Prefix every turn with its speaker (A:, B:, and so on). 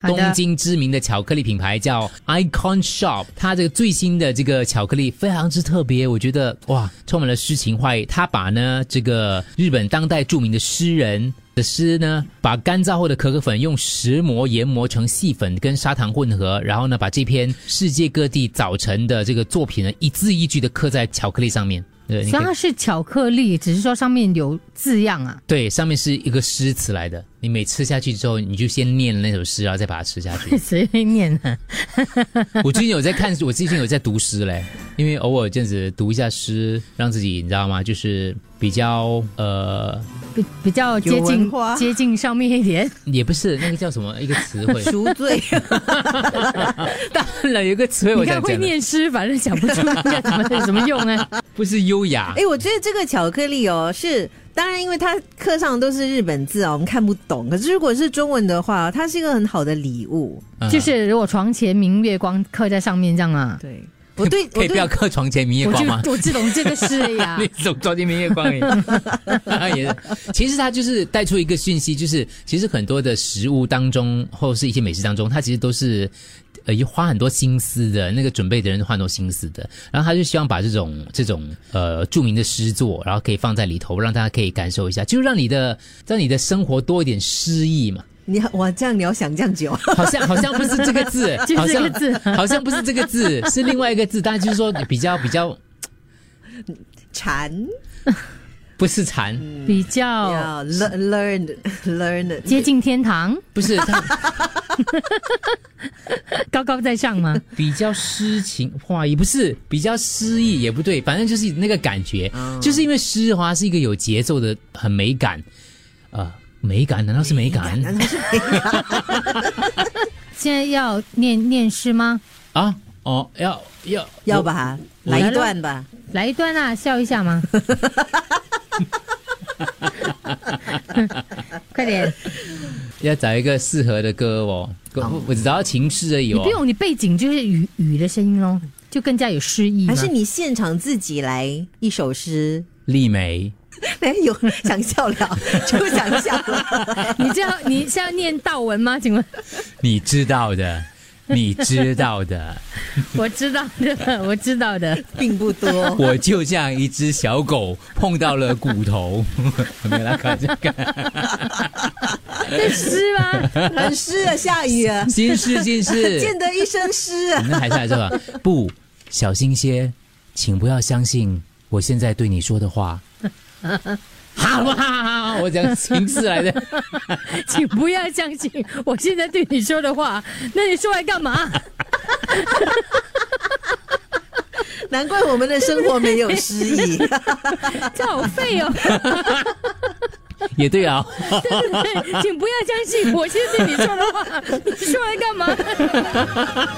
A: 好
B: 东
A: 的
B: 京知名的巧克力品牌叫 Icon Shop，它这个最新的这个巧克力非常之特别，我觉得哇，充满了诗情画意。它把呢这个日本当代著名的诗人的诗呢，把干燥后的可可粉用石磨研磨成细粉，跟砂糖混合，然后呢把这篇世界各地早晨的这个作品呢，一字一句的刻在巧克力上面。对，你可
A: 所以
B: 以
A: 它啊是巧克力，只是说上面有字样啊。
B: 对，上面是一个诗词来的。你每吃下去之后，你就先念那首诗，然后再把它吃下 去。
A: 谁会念啊？
B: 我最近有在看，我最近有在读诗嘞，因为偶尔这样子读一下诗，让自己你知道吗？就是比较呃，
A: 比比较接
C: 有
A: 近
C: 文化，
A: 接近上面 一点，
B: 也不是那个叫什么一个词汇
C: 赎 罪，
B: 当然了，有一个词汇我
A: 你看
B: 想
A: 会
B: 讲的，
A: 念诗，反正想不出人家怎么 有什么用呢？
B: 不是优雅
C: 哎、，我觉得这个巧克力哦，是当然，因为它课上都是日本字啊、我们看不懂。可是如果是中文的话，它是一个很好的礼物。
B: 嗯
A: 就是如果床前明月光刻在上面这样啊，
C: 对，我 对
B: 嗯可
C: 我
B: 以不要
C: 对
B: 刻床前明月
A: 我
B: 光
A: 就
B: 吗？
A: 我只懂这个诗 呀、
B: 那种抓紧明月光而 已，也是。其实它就是带出一个讯息，就是其实很多的食物当中，或是一些美食当中，它其实都是呃花很多心思的，那个准备的人花很多心思的。然后他就希望把这种这种呃著名的诗作，然后可以放在里头，让大家可以感受一下，就让你的让你的生活多一点诗意嘛。
C: 你，我这样你要想这样久，啊
B: 好像好像不是这个字，
A: 就
B: 好
A: 是这个
B: 像
A: 字
B: 好像不是这个字，是另外一个字，但就是说比较比较
C: 馋
B: 不是馋。
A: 比较
C: 要 learn learn learn，
A: 接近天堂，
B: 不是 它
A: 高高在上 吗？
B: 比较诗情画意，不是比较诗意也不对，反正就是那个感觉，
C: 嗯
B: 就是因为诗华是一个有节奏的，很美感，呃，美感难道是美感
C: 难道是
A: 现在要念念诗吗？
B: 啊？哦，要要
C: 要？吧？
B: 我
C: 来一段吧。
A: 来一段啊，笑一下 吗？ 快点，
B: 我要找一个适合的歌哦，我我只找到情诗而已
A: 你
B: 哦
A: 不。用你背景就是雨雨的声音咯，就更加有诗意嘛
C: 还。 是你现场自己来一首 诗？
B: 丽梅，
C: 哎，有想笑 了，就想笑了。
A: 你这样你是要念道文吗？请问，
B: 你知道的，你知道的，
A: 我知道的，我知道的。
C: 并不多。
B: 我就像一只小狗碰到了骨头， 没有啦，开玩笑开玩笑
A: 这诗吗？
C: 很湿啊，下雨啊，
B: 心事心事，
C: 溅得一身湿啊。
B: 那还是还是吧，不小心些，请不要相信我现在对你说的话。哈哈哈！我讲情事来的，
A: 请不要相信我现在对你说的话。那你说来干 嘛？
C: 难怪我们的生活没有诗意。
A: 这好废哦！
B: 也对啊。
A: 请不要相信我现在对你说的话。你说来干嘛？